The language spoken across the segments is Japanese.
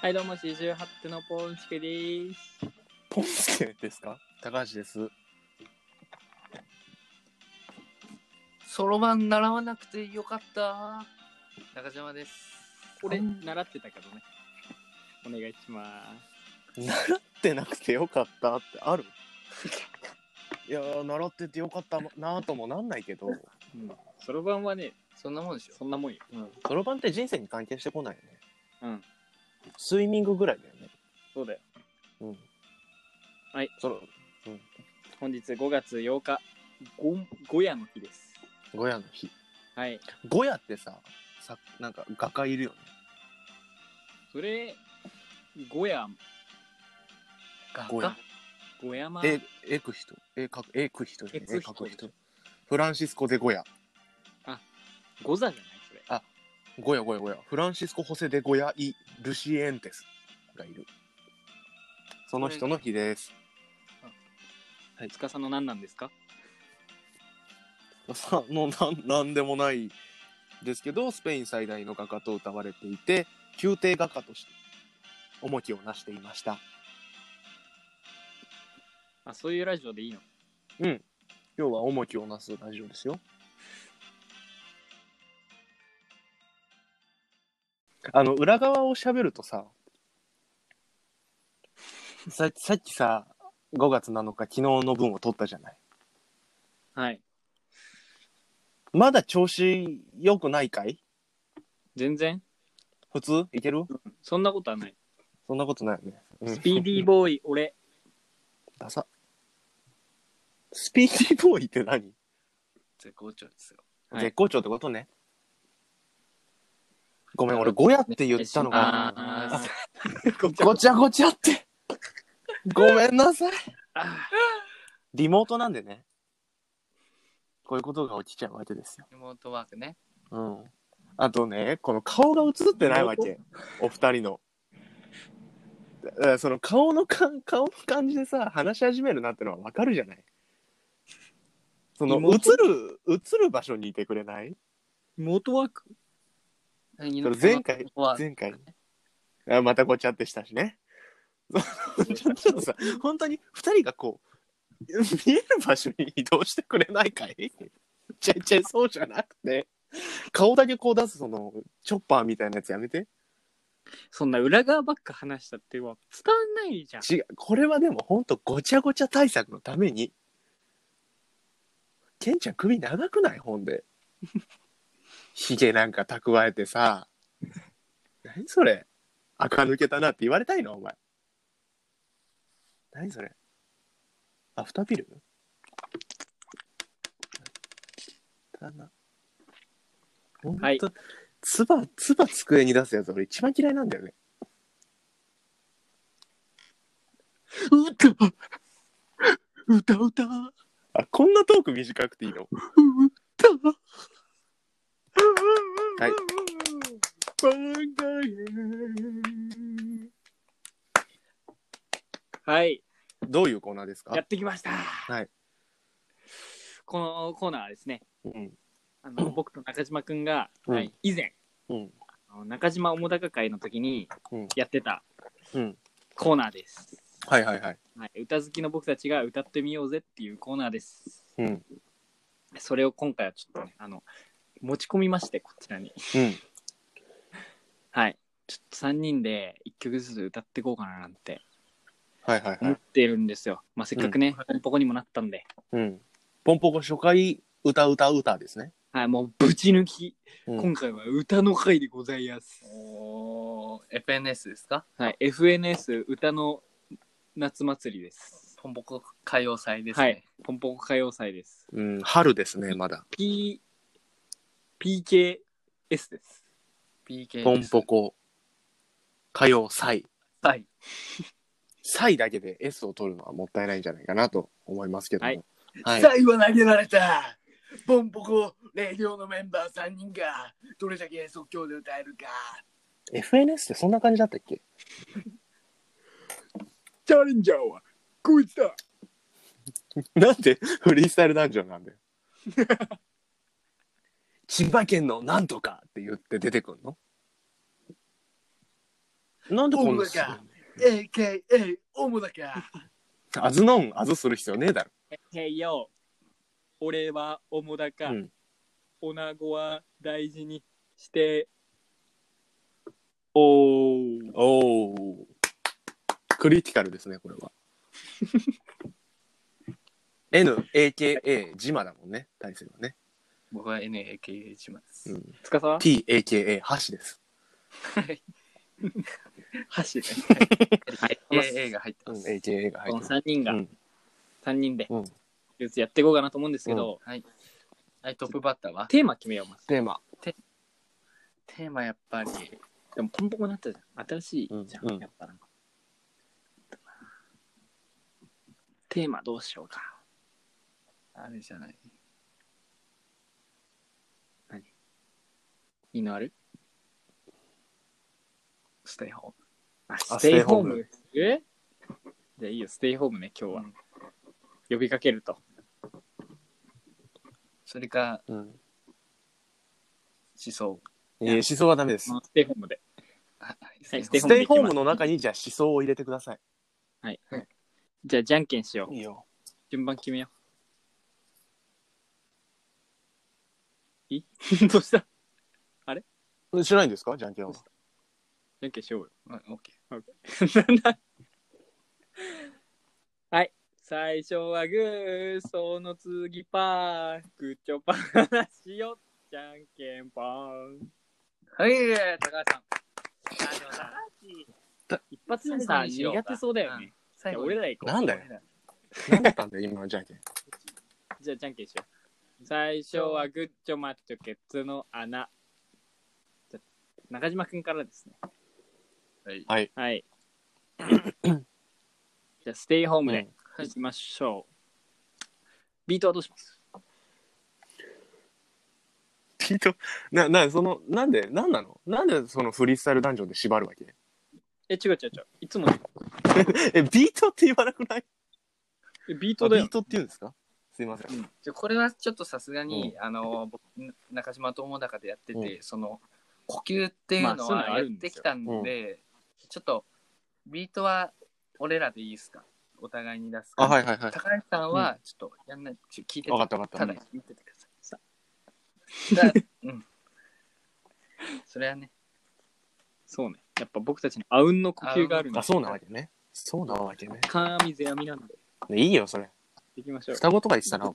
はい、どうも、四十八手のポンスケです。ポンスケですか高橋です。そろばん習わなくてよかった。中島です。俺、うん習ってたけどね。お願いしま習ってなくてよかったってあるいやー、習っててよかったなーともなんないけど、す。うん。そろばんはね、そんなもんでしょ。そんなもんよ。うん。そろばんって人生に関係してこないよね。うん。スイミングぐらいだよね。そうだよ。うん。はい。そろ、本日五月八日、ご、ごやの日です。ゴヤの日。はい。ゴヤってさ、さなんか画家いるよね。それ、ごや、画ゴヤ家。ごやま、絵、絵描く人。絵描く、絵描く人じゃない。絵絵描く描く人人。フランシスコ・デ・ゴヤ。ござじゃないそれ。ゴヤゴヤゴヤ。フランシスコ・ホセ・デ・ゴヤ・イ・ルシエンテスがいる。その人の日です。つかさの何なんですかさのなんなんでもないですけどスペイン最大の画家と歌われていて宮廷画家として重きをなしていましたあ、そういうラジオでいいの今日は重きをなすラジオですよあの裏側を喋るとさささっきさ5月7日昨日の分を取ったじゃないはい。まだ調子良くないかい全然普通いけるそんなことはない。そんなことないよね、うんスピーディーボーイ、俺。ダサ。スピーディーボーイって何、絶好調ですよ。はい絶好調ってことね。ごめん、俺、ゴヤって言ったのあかな。あごーちゃごちゃごちゃって。ごめんなさい。あリモートなんでね。こういうことが起きちゃうわけですよ。リモートワークね。うん。あとね、この顔が映ってないわけ。お二人の。だからその顔のかん顔の感じでさ、話し始めるなってのはわかるじゃない。その、映妹る、映る場所にいてくれない妹ワーク何それ前回は前回。あまたごちゃってしたしね。ちょちょっとさ、本当に二人がこう、見える場所に移動してくれないかいちゃいちゃいそうじゃなくて、顔だけこう出す、その、チョッパーみたいなやつやめて。そんな裏側ばっか話したっては伝わんないじゃん。違う、これはでも本当ごちゃごちゃ対策のために。ケンちゃん首長くないほん で。ヒゲなんか蓄えてさ。何それ垢抜けたなって言われたいのお前。何それアフターピルだな。ほんと、はいつば、つば机に出すやつ俺一番嫌いなんだよね。歌歌歌あ、こんなトーク短くていいの歌はい。はい、どういうコーナーですかやってきました。いこのコーナーはですね、うん。あの僕と中島くんが、うんはい以前、うん。あの中島おもだか会の時にうんやってたうん。コーナーです。はいはいはい。はい、歌好きの僕たちが歌ってみようぜっていうコーナーです。うん。うん。それを今回はちょっとね、あの、持ち込みまして、こちらに。はい。ちょっと3人で1曲ずつ歌っていこうかななんてはいはいは思っい。てるんですよ。まあ、せっかくね、ポンポコにもなったんで。うん。ポンポコ初回、歌歌歌ですね。はい、もうぶち抜き。うん今回は歌の回でございます。おー FNS ですかはい、FNS 歌の夏祭りです。ポンポコ歌謡祭ですね。はい、ポンポコ歌謡祭です。うん、春ですね、まだ。 P、PKS です。 PK ポンポコ、歌謡祭。はい。祭だけで S を取るのはもったいないんじゃないかなと思いますけども。はい。最後投げられたポンポコレディオのメンバー3人がどれだけ即興で歌えるか FNS ってそんな感じだったっけチャレンジャーはこいつだ なんでフリースタイルダンジョ ンなんだよ。千葉県のなんとかって言って出てくんのなんでこんな大高 AKA おもだかあずのんあずする必要ねえだろへいよ。俺はおもだか、うんおなごは大事にして。おー。おおクリティカルですねこ れは NAKA ジマだもんね大勢はね僕は NAKA しまうすん。つかさは TAKA 箸です箸ね。はい。 AA が入ってうまんす。 AKA が入こっのて3人が、る3人でうん、うん、やっていこうかなと思うんですけど、はい。はい、トップバッターはテーマ決めようまず。テーマテーマやっぱり。でもポンポコになったじゃん。新しいじゃん。うんうんやっぱなんか。テーマどうしようか。あれじゃない。いいのあるステイホあ、あステイホーステイホーム。えじゃあいいよ、ステイホームね、今日は。うん呼びかけると。それか、うん思想。えー思想はダメですまあステイホームで。ははいいステイステイホームの中にじゃあ思想を入れてくださいはい。はいじゃあ、じゃんけんしよう。いいよ順番決めよう。い どうしたしないんですかじゃんけんはじゃんけんしようよ。うんオッケはい。最初はグー、その次パー、グッチョパーしよう。じゃんけんパーン。ー。はい、高橋さん。一発目最さ、初にしようか苦手そうだよね。じゃ最あ後俺ら行こう。なんだよ何だったんだよ今のじゃんけんじゃあ、じゃんけんしよう。最初はグッチョマッチョケツの穴。じゃ中島くんからですね。はい。 はい。じゃあ、ステイホームうでん行きましょう。ビートはどうしますピートななそのなんでなんなのなんでそのフリースタイルダンジョンで縛るわけ え、違う違う違う。いつもえビートって言わなくないえビーあトビだよー。トって言うんですかすいませんじゃこれはちょっとさすがに、あの僕中島友高でやってて、その呼吸っていうのまあそういうはのあやっるんでてすきよたんで,、ちょっとビートは俺らでいいですかお互いに出すかあはいはいはい高橋さんはちょっとやんない、ちょ聞いててわかったわかたっだた聞いててくださいさだうんそれはねそうね。やっぱ僕たちにあうんの呼吸があるんあで、そうなわけねそうなわけね絡み世阿弥なんで、ねいいよそれ行きましょう。双子とか言ってたら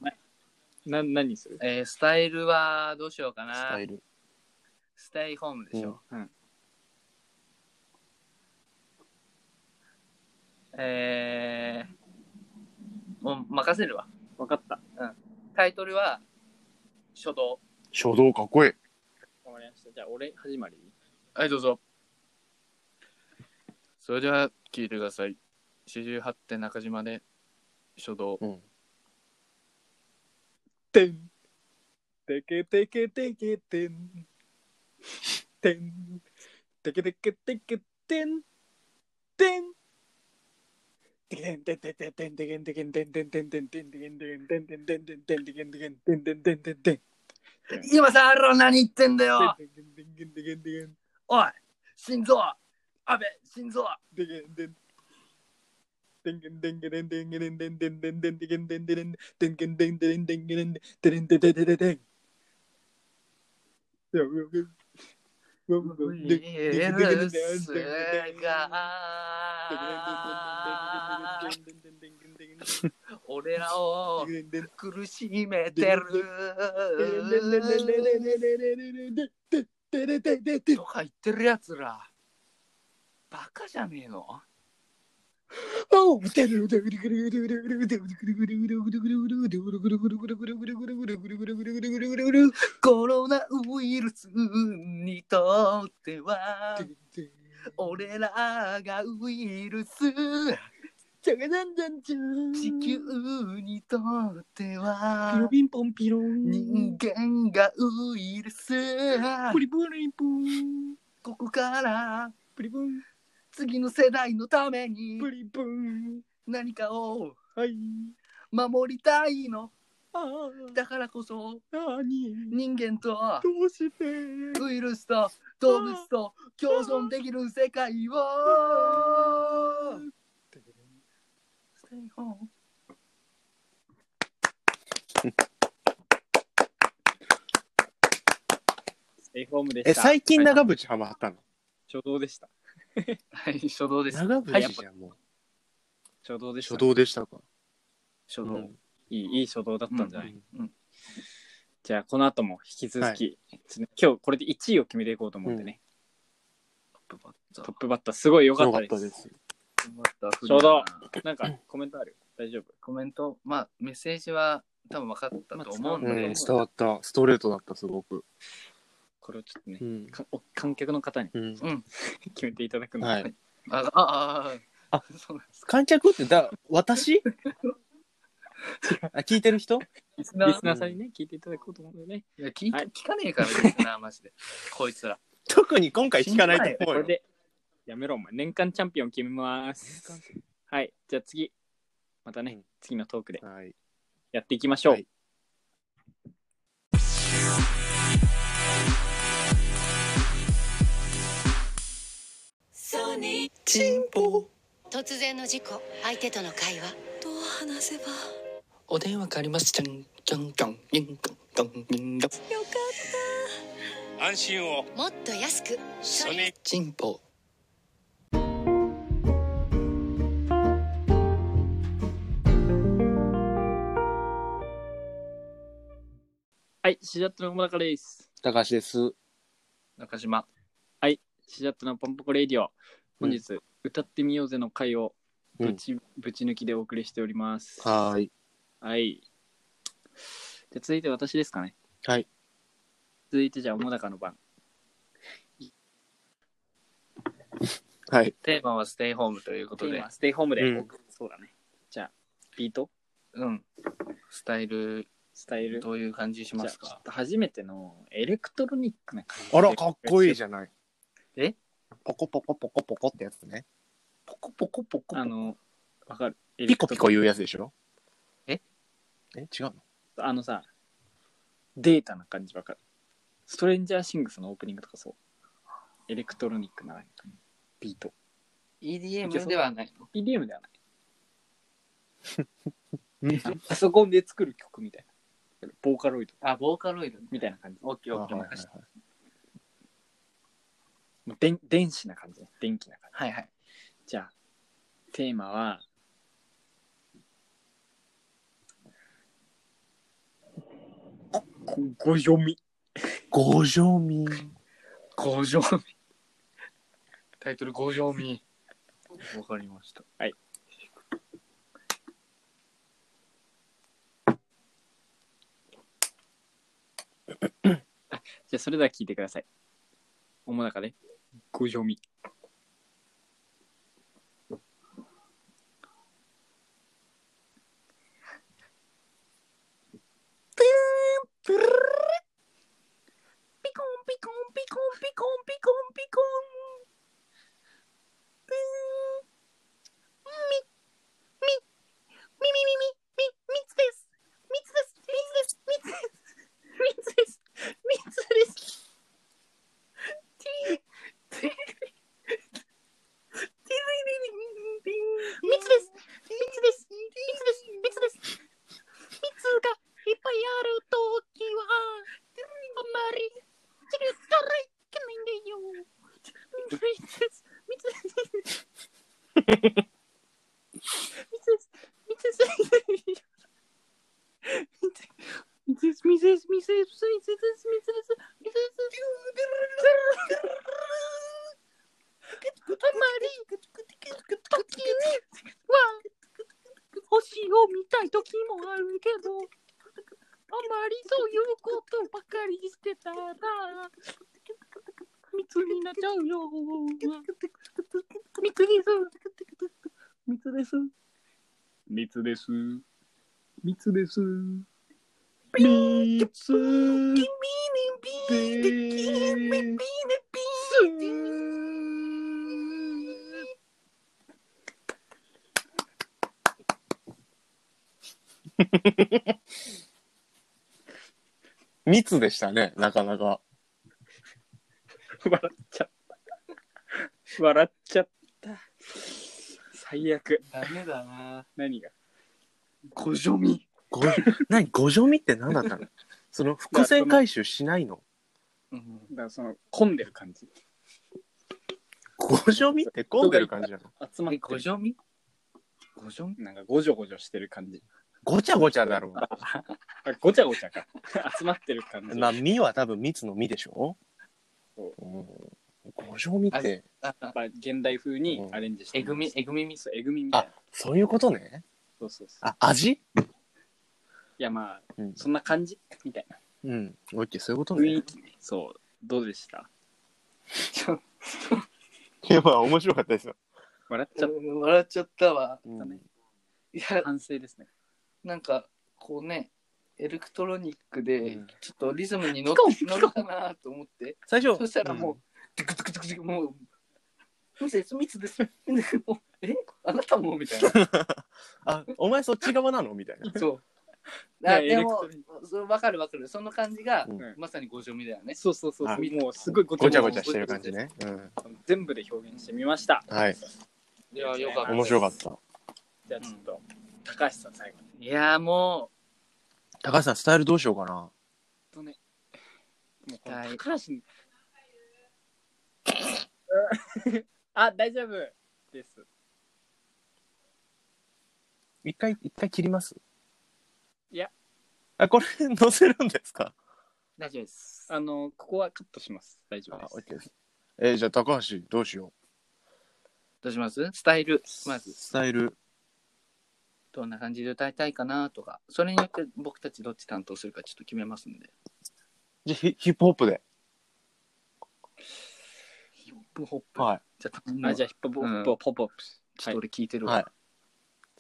スな何にするえースタイルはどうしようかなタイルステイホームでしょ、うんうんえー、もう任せるわわかった。タイトルは書道書道かっこいいわかりました。じゃあ、俺、始まり。はいどうぞそれでは聞いてください48点中島で書道うんてん。てけてけてけてん。てん。てけてけてけてん。てん。てけてんてんてんてんてんてんてんてんてんてんてんてんてんてんてんてんてんてんてんてんてんてんてんてんてんてんてん今さアロン何言ってんだよておい心臓阿部心臓が俺らを苦しめてるとか言ってるやつらバカじゃねえのコロナウイルスにとっては俺らがウイルス地球にとっては人間がウイルスここから次の世代のために何かを守りたいのだからこそ人間とウイルスと動物と共存できる世界を Stay home ステイホームでした。え、最近はい長渕ハマったの初動でした。はい初動です長はいやっ渕ぱじゃん、もう。初動でした。初動でしたか。初動、うんいい、いい初動だったんじゃない、うんうんじゃあ、この後も引き続き、ちょっとね今日これで1位を決めていこうと思うんでね。トップバッタートップバッター、すごい良かよっかたでったす。です。トップバッター不利初動だななんかコメントある大丈夫コメント、まあ、メッセージは多分分かったと思うんうで、まん、あ伝わった。ストレートだった、すごく。これをちょっとねう、ん。かお観客の方にうんうん。決めていただくので、、はいい。あ、あ、あ、あ、あそうなんですか。観客って、だ、 私あ、聞いてる人リスナーリスナーさんにね、聞いていただこうと思うのでね。いや聞いて、はい聞かねえから、リスナーマジで。 こいつら。 特に今回聞かないとこ思うれよ。で、やめろ、お前。年間チャンピオン決めます。はい、じゃあ次、またね、うん次のトークではい。やっていきましょう。はいソニー突然の事故相手との会話どう話せばよお電話借ります。じゃんじゃんじゃんじゃんじゃんじゃんじゃん。かっ安心をもっと安くソニー進歩。はい、シジャットの小村からです。高橋です。中島。シジャットのポンポコレイディオ本日、歌ってみようぜの回をうんぶち,、ぶち抜きでお送りしておりますははーい。いじゃあ続いて私ですかねはい続いてじゃあ桃高の番はい。テーマはステイホームというこテとーでマは、ステイホームで、うんそうだねじゃあビートうん。スタイル、スタイルどういう感じしますじゃあちょかっと初めてのエレクトロニックな感じあら、かっこいいゃじゃない。えポコポコポコポコってやつね。ポコポコポコポコあのわかるピコピコ言うやつでしょええ違うのあのさデータな感じわかるストレンジャーシングスのオープニングとかそうエレクトロニックななんかビート EDM ではないの。 EDM では ないパソコンで作る曲みたいなボーカロイドあ、ボーカロイドね。みたいな感じオッケーオッケー。任せてあもうでん電子な感じね電気な感はいはい。じじゃあテーマはごご読みご上民。五条味。タイトル五条味。わかりました。はい。 じゃあそれでは聞いてくださいおもなかでご読みピコンピコンピコンピコンピコンピコンみみみみみみみみつですみつですみつですみつですみつですみつですみつですみつですみつですみつがいっぱいあるときはあんまりちょっといけないんだよみつですみつですみつですみつですミセスミセスミセスミセスミセスミセスミセスあまり時には星を見たい時もあるけどあまりそういうことばかりしてたら密になっちゃうよ密です密です密です。密です。密密でしたね、なかなか。笑っちゃっ笑っちゃった。最悪。ダメだな。何が小ジョミ。ご、何五条見って何だったのその伏線回収しないのうん。だからその、混んでる感じ。五条見って混んでる感じなの集まっえ、て小る。ジョミ小ジョミなんかごじょごじょしてる感じ。ごちゃごちゃだろあ、ごちゃごちゃか。 集まってる感う。じ。まあ、みは多分蜜のみでしょそうん五条見って、ああまあ、現代風にアレンジしてえぐみ、ええぐみみぐそうえぐみみたいな。そういうことね。そうそうそう。あ、味いや、まあ、うん。そんな感じみたいな。うん。オッケー、そういうこと雰ね囲。気ね。そう。どうでしたいや、まあ、面白かったですよ。笑っちゃっうん笑っちゃったわ。うたねん。。ういんや、反省ですね。なんか、こうね、エレクトロニックでうん、ちょっとリズムに乗っピコ乗るかなと思って、最初、そしたらもう、んドゥクドゥクドゥクドゥク、もう、そうです、密です。もうえあなたもみ たいな。あ、お前そっち側なのみたい な。そう。やあエでレクもトリ、、そうわかるわかる。その感じがうんまさにご助味だよね。そうそうそうあそう。もうすごいごちごゃちゃごちゃしてる感じ。ね。うん。全部で表現してみました。はい。いや、よかった。面白かった。じゃあちょっと、高橋さん最後に。いや、も高橋さん、スタイルどうしようかな。ほんとね。もうこはのい高橋に。 あ、大丈夫です。一回、一回切りますいや。あ、これ、 載せるんですかう、大丈夫です。あの、ここはカットします。大丈あ、夫オッでケーです。えーじゃあ、高橋、どうしよどうしますスタイルう。、まず、スタイル。どんな感じで歌いたいかなとか、それによって僕たちどっち担当するかちょっと決めますんで。じゃあヒ、ヒップホップで。ヒップホップ。はじゃあ、頼むす。わあ、じゃあヒップホップ、ポップホップ。ちょっと俺聞いてい。るわ。はい。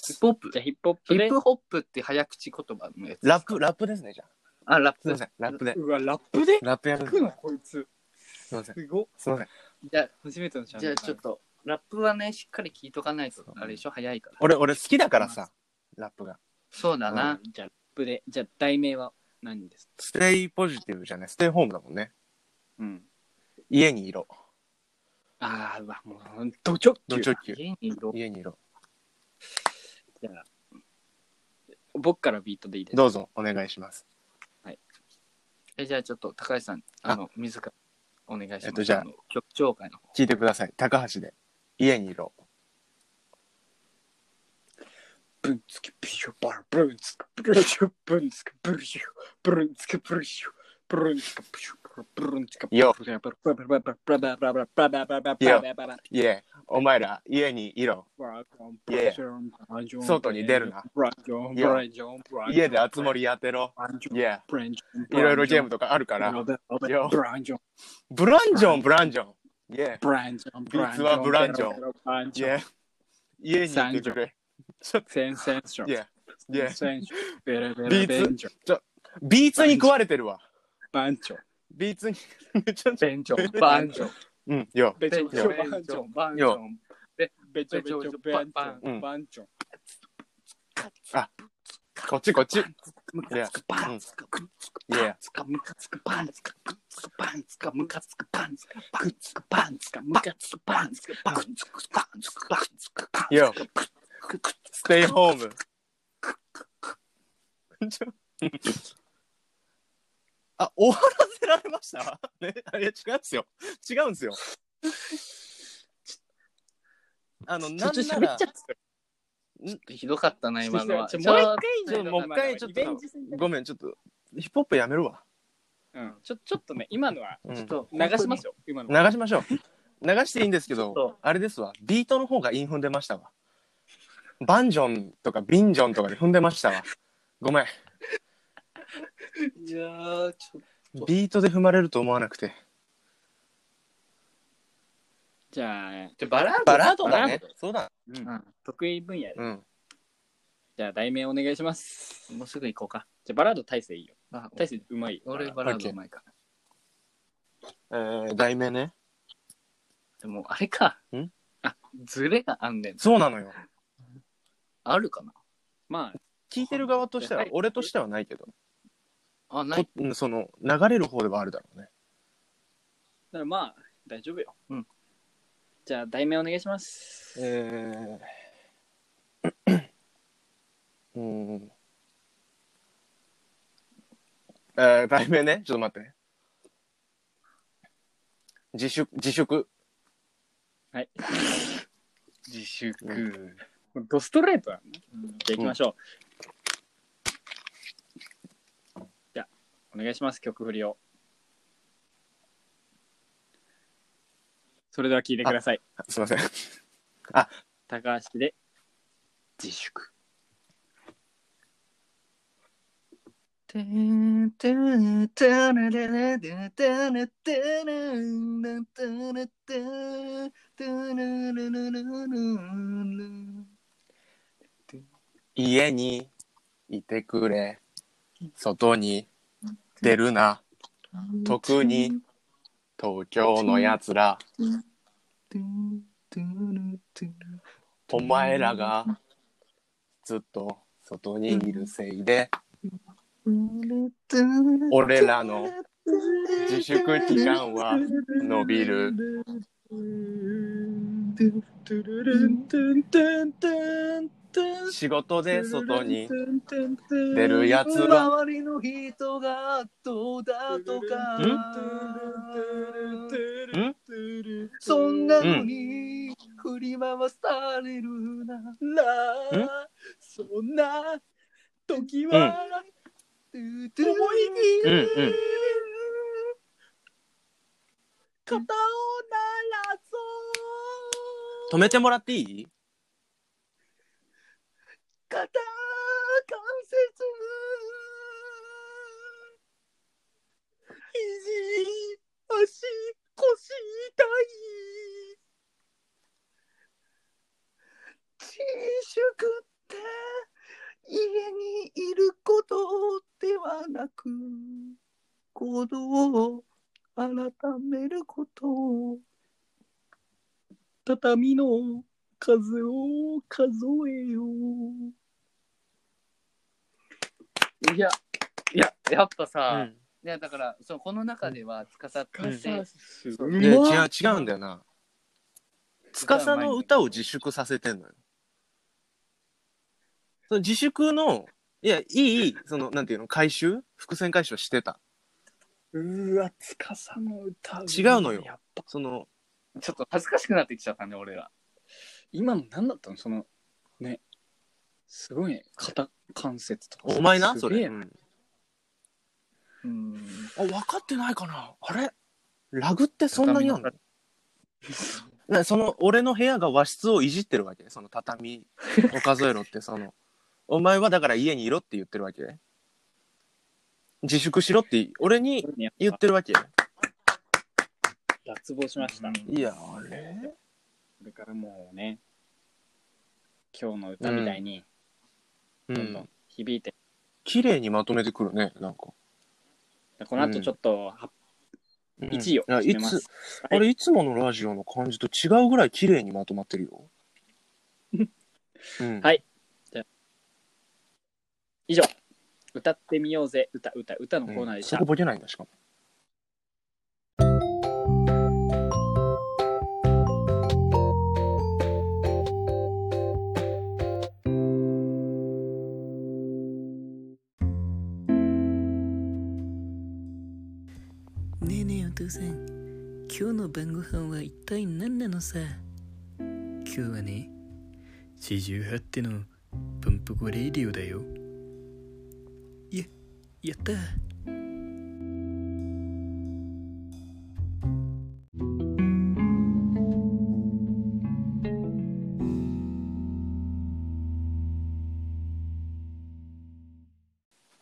ヒップホップじゃあヒップホッヒプッでプ。ホップって早口言葉のやつ。ラップ、ラップですね、じゃあ。あ、ラッすいプま。せん、ラップで。うわ、ラップでラップやるん聞でくのこいつ。すいません。すごっ。すいません。じゃあ、初めてのチャンじネゃルあちょっと、ラップはね、しっかり聞いとかないと、あれでしょ、早いから。俺、俺好きだからさ、ラップが。そうだな。うんじゃあラップで。じゃあ題名は何ですかステイポジティブじゃない、ステイホームだもんね。うん。家にいろ。ああ、うわ、もうほんと、ド直ド球直球。家にいろ。家にいろ。僕からビートでいいですかどうぞ、お願いします。えじゃあちょっと、高橋さん、あの、自らお願いします。えっとじゃあの曲紹介の方。聞いてください。高橋で。家にいろ。ブンツキピシュバラブンツキピシュブンツキピシュブンツキピシュブンツキピシュブンツキピシュよ、家。お前ら、家にいろ。外に出るな家で集まりやってろ。家。いろいろゲームとかあるから。よブランジョン、ブランジョン。家。ビーツはブランジョン家。家に行ってくれ。ちょっと、家。家。ビーツに食われてるわ。ビーツに。ちょっとベンジョン、バンジョン、うん、よ。ベチョベンベジチョョン、ババンンチジョンョン、よバンジョン、ベチョベチョバンチョンバンチョンこっちこっち。ムカつくパンツカ、くっつくパンツカ、ムカつくパンツカ、くっつくパンツカ、ムカつくパンツカ、くっつくパンツカ、ムカつくパンツカ、くっつくパンツカ、くっつくパンツカ、よ、くっつくくっつステイホーム。あ、終わらせられましたね、あれ違うんすよ。違うんすよ。あの、なんちょっと喋なっらちゃっ、く。ひどかったな、今のは。ちょちょもうちょもう一回ちょっと、ごめん、ちょっと、ヒップホップやめるわ。うんちょちょっとね今のはうんちょっと流しますよ今のは流しましょう。流していいんですけちょっどと、あれですわ、ビートの方がイン踏んでましたわ。バンジョンとかビンジョンとかで踏んでましたわ。ごめん、じゃあ、ちょっビートで踏まれると思わなくて。じゃあと、バラードバラードだバラーね。そうだ。得意分野でうん。じゃあ題名お願いしますもうすぐ行こうか。じゃあバラード大勢いいよあ大勢うまい俺、ババラードうまいから。えー、題名ね。でも、あれか。んあ、ズレがあんねん。そうなのよ。あるかなまあ聞いてる側としてははい、俺としてはないけど、あ、ないこ。うんその、流れる方ではあるだろうね。だからまあ大丈夫ようんじゃあ、題名お願いします。えーうん。えー、題名ね、ちょっと待ってね。自粛、自粛。はい。自粛。ドストレートだね。じゃあ、行きましょう。じゃあ、お願いします、曲振りを。それでは聴いてください。あすいません。高橋で、自粛。てんてんてんてんてんてんてんてんてんてんてん家にいてくれ。外に出るな。特に東京のやつら。お前らがずっと外にいるせいで、俺らの自粛期間は伸びる。仕事で外に出るやつは周りの人がどうだとかそんなのに振り回されるなそんな時は思思い切うんうるん肩を鳴らそ止めてもらっていい肩関節肘足腰痛い自粛って家にいることではなく行動を改めること畳の数を数えよういやいややっぱうさ、んいやだからそのこの中では司って、すごいや違う違うんだよな司の歌を自粛させてんのよその自粛のいやいいそのなんていうの回収伏線回収はしてたうわつかさの歌違うのよやっぱそのちょっと恥ずかしくなってきちゃったね俺ら今の何だったのそのねすごいね肩関節とかお前なすそげれ、えうんうんあ分かってないかなあれラグってそんなにあんのなその俺の部屋が和室をいじってるわけその畳を数えろってそのお前はだから家にいろって言ってるわけ自粛しろって俺に言ってるわけ脱帽しました、こいやあれれからもうね今日の歌みたいにうどんどんん響いて、綺麗にまとめてくるねなんか、この後ちょっと、はうん一位をいや決いめまつ、すあれいつものラジオの感じと違うぐらい綺麗にまとまってる よ、うんはい歌ってみようぜ歌歌歌のコーナーでした、そこボケないんだしかもねえねえお父さん今日の晩ご飯は一体何なのさ今日はね四十八手のパンプコレイディオだよややった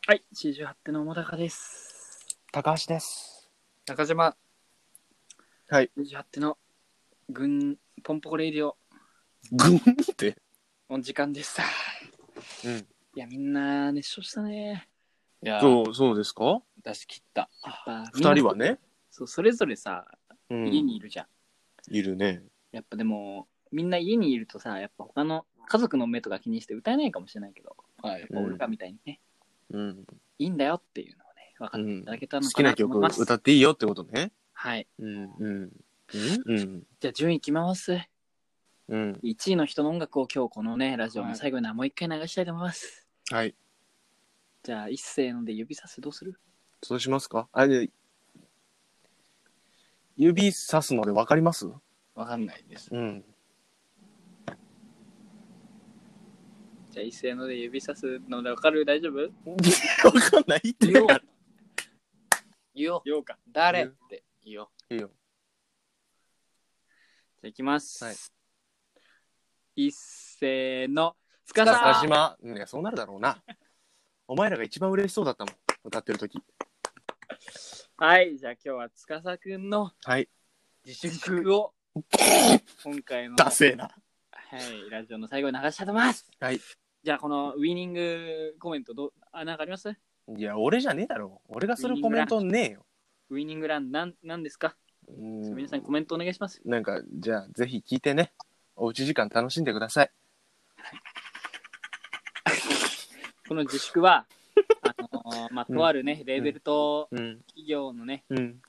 はい48手の桃高です高橋です中島はい48手の軍ポンポコレイディオグンっての時間でしたうんいやみんな熱唱したねいやそうそうですか出し切ったやっぱ二人ははね、そうそれぞれさうん家にいるじゃん、いるねやっぱでもみんな家にいるとさやっぱ他の家族の目とか気にして歌えないかもしれないけど、はいやっぱ俺らみたいにね、うん、いいんだよっていうのをね分かっていただけた好のきかななと思い曲ます、歌っていいよってことねはいうんうんうんじゃあ順位いきます。うん。 1位の人の音楽を今日このね、ラジオはのい最後にはもう一回流したいと思います。はい。じゃあ、一斉ので指さすどうするそうしますかあれ、指さすので分かりますわかんないです。うん。じゃあ、一斉ので指さすのでわかる大 丈夫分かんないって言おう。言おう。ようか。誰っ言うて言おう。いいよ。じゃあ、いきます。はい一斉の、つか中さ島、いや、そうなるだろうな。お前らが一番嬉しそうだったもん。歌ってる時。はい、じゃあ今日はつかさくんのはい。自粛を、今回の、ダセーな。はい、ラジオの最後に流したいと思います。はい。じゃあ、このウィニングコメントどう、あ、なんかありますいや、俺じゃねえだろ。俺がするコメントねえよ。ウィニングランなんなんですか、うん皆さんコメントお願いします。なんか、じゃあ、ぜひ聞いてね。おうち時間楽しんでください。この自粛 は、あのーまあ、とあるね、レーベルとうん。企業のね、うん。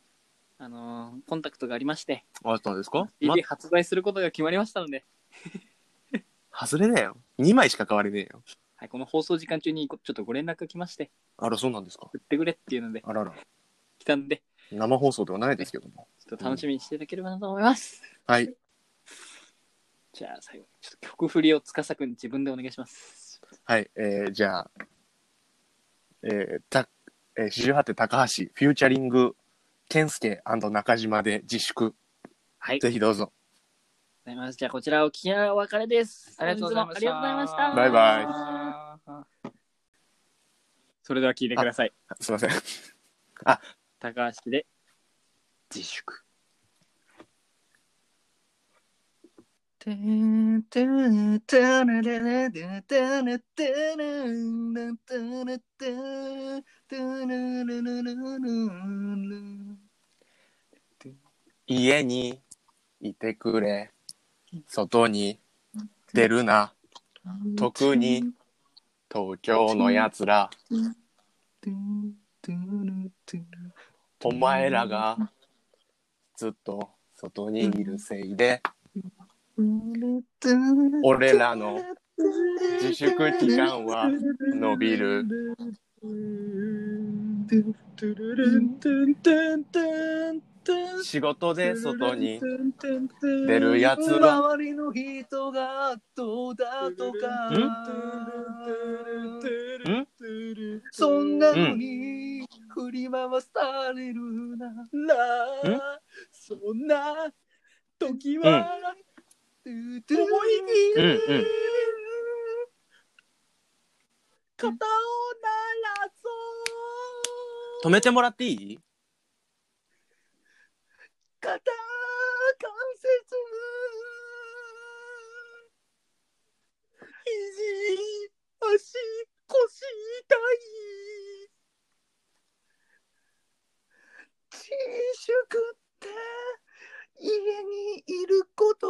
あのーコンタクトがありまして、あったんですか、ま CD 発売することが決まりましたので、外れだよ。2枚しか買われねえよ。はい、この放送時間中にごちょっとご連絡が来まして、あら、そうなんですか。売ってくれっていうのであらら。来たんで、生放送ではないですけども。ちょっと楽しみにしていただければなと思います。はい。じゃあ最後に、ちょっと曲振りを司くん自分でお願いします。はい。えー、じゃあ、えー、た、えー、四十八手高橋、フューチャリング、健介中島で自粛。はい。ぜひどうぞ。ございます。じゃあこちらを聞きながらお別れです。ありがとうございまし本日もありたがとうございました。バイバイそれでは聞いてください。あすいません。高橋で自粛。てんてんてんてんてんてんてんてんてんてんてん家にいてくれ。外に出るな。特に東京のやつら。お前らがずっと外にいるせいで、俺らの自粛期間は伸びる。仕事で外に出るやつら。周りの人がどうだとかそんなのに振り回されるなら、そんな時は、思いうん切うん。肩を鳴らそ止めてもらっていい肩関節肘、足、腰、痛い。自粛って家にいること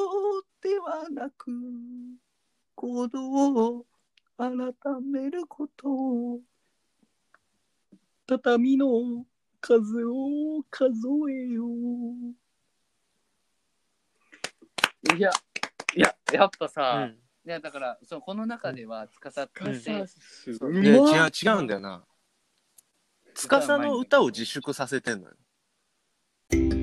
ではなく行動を改めること畳の数を数えよう。いやいややっぱうさ、ん。いやだからそのこの中では司って、すごいや違う、違うんだよな。司の歌を自粛させてんのよ。 「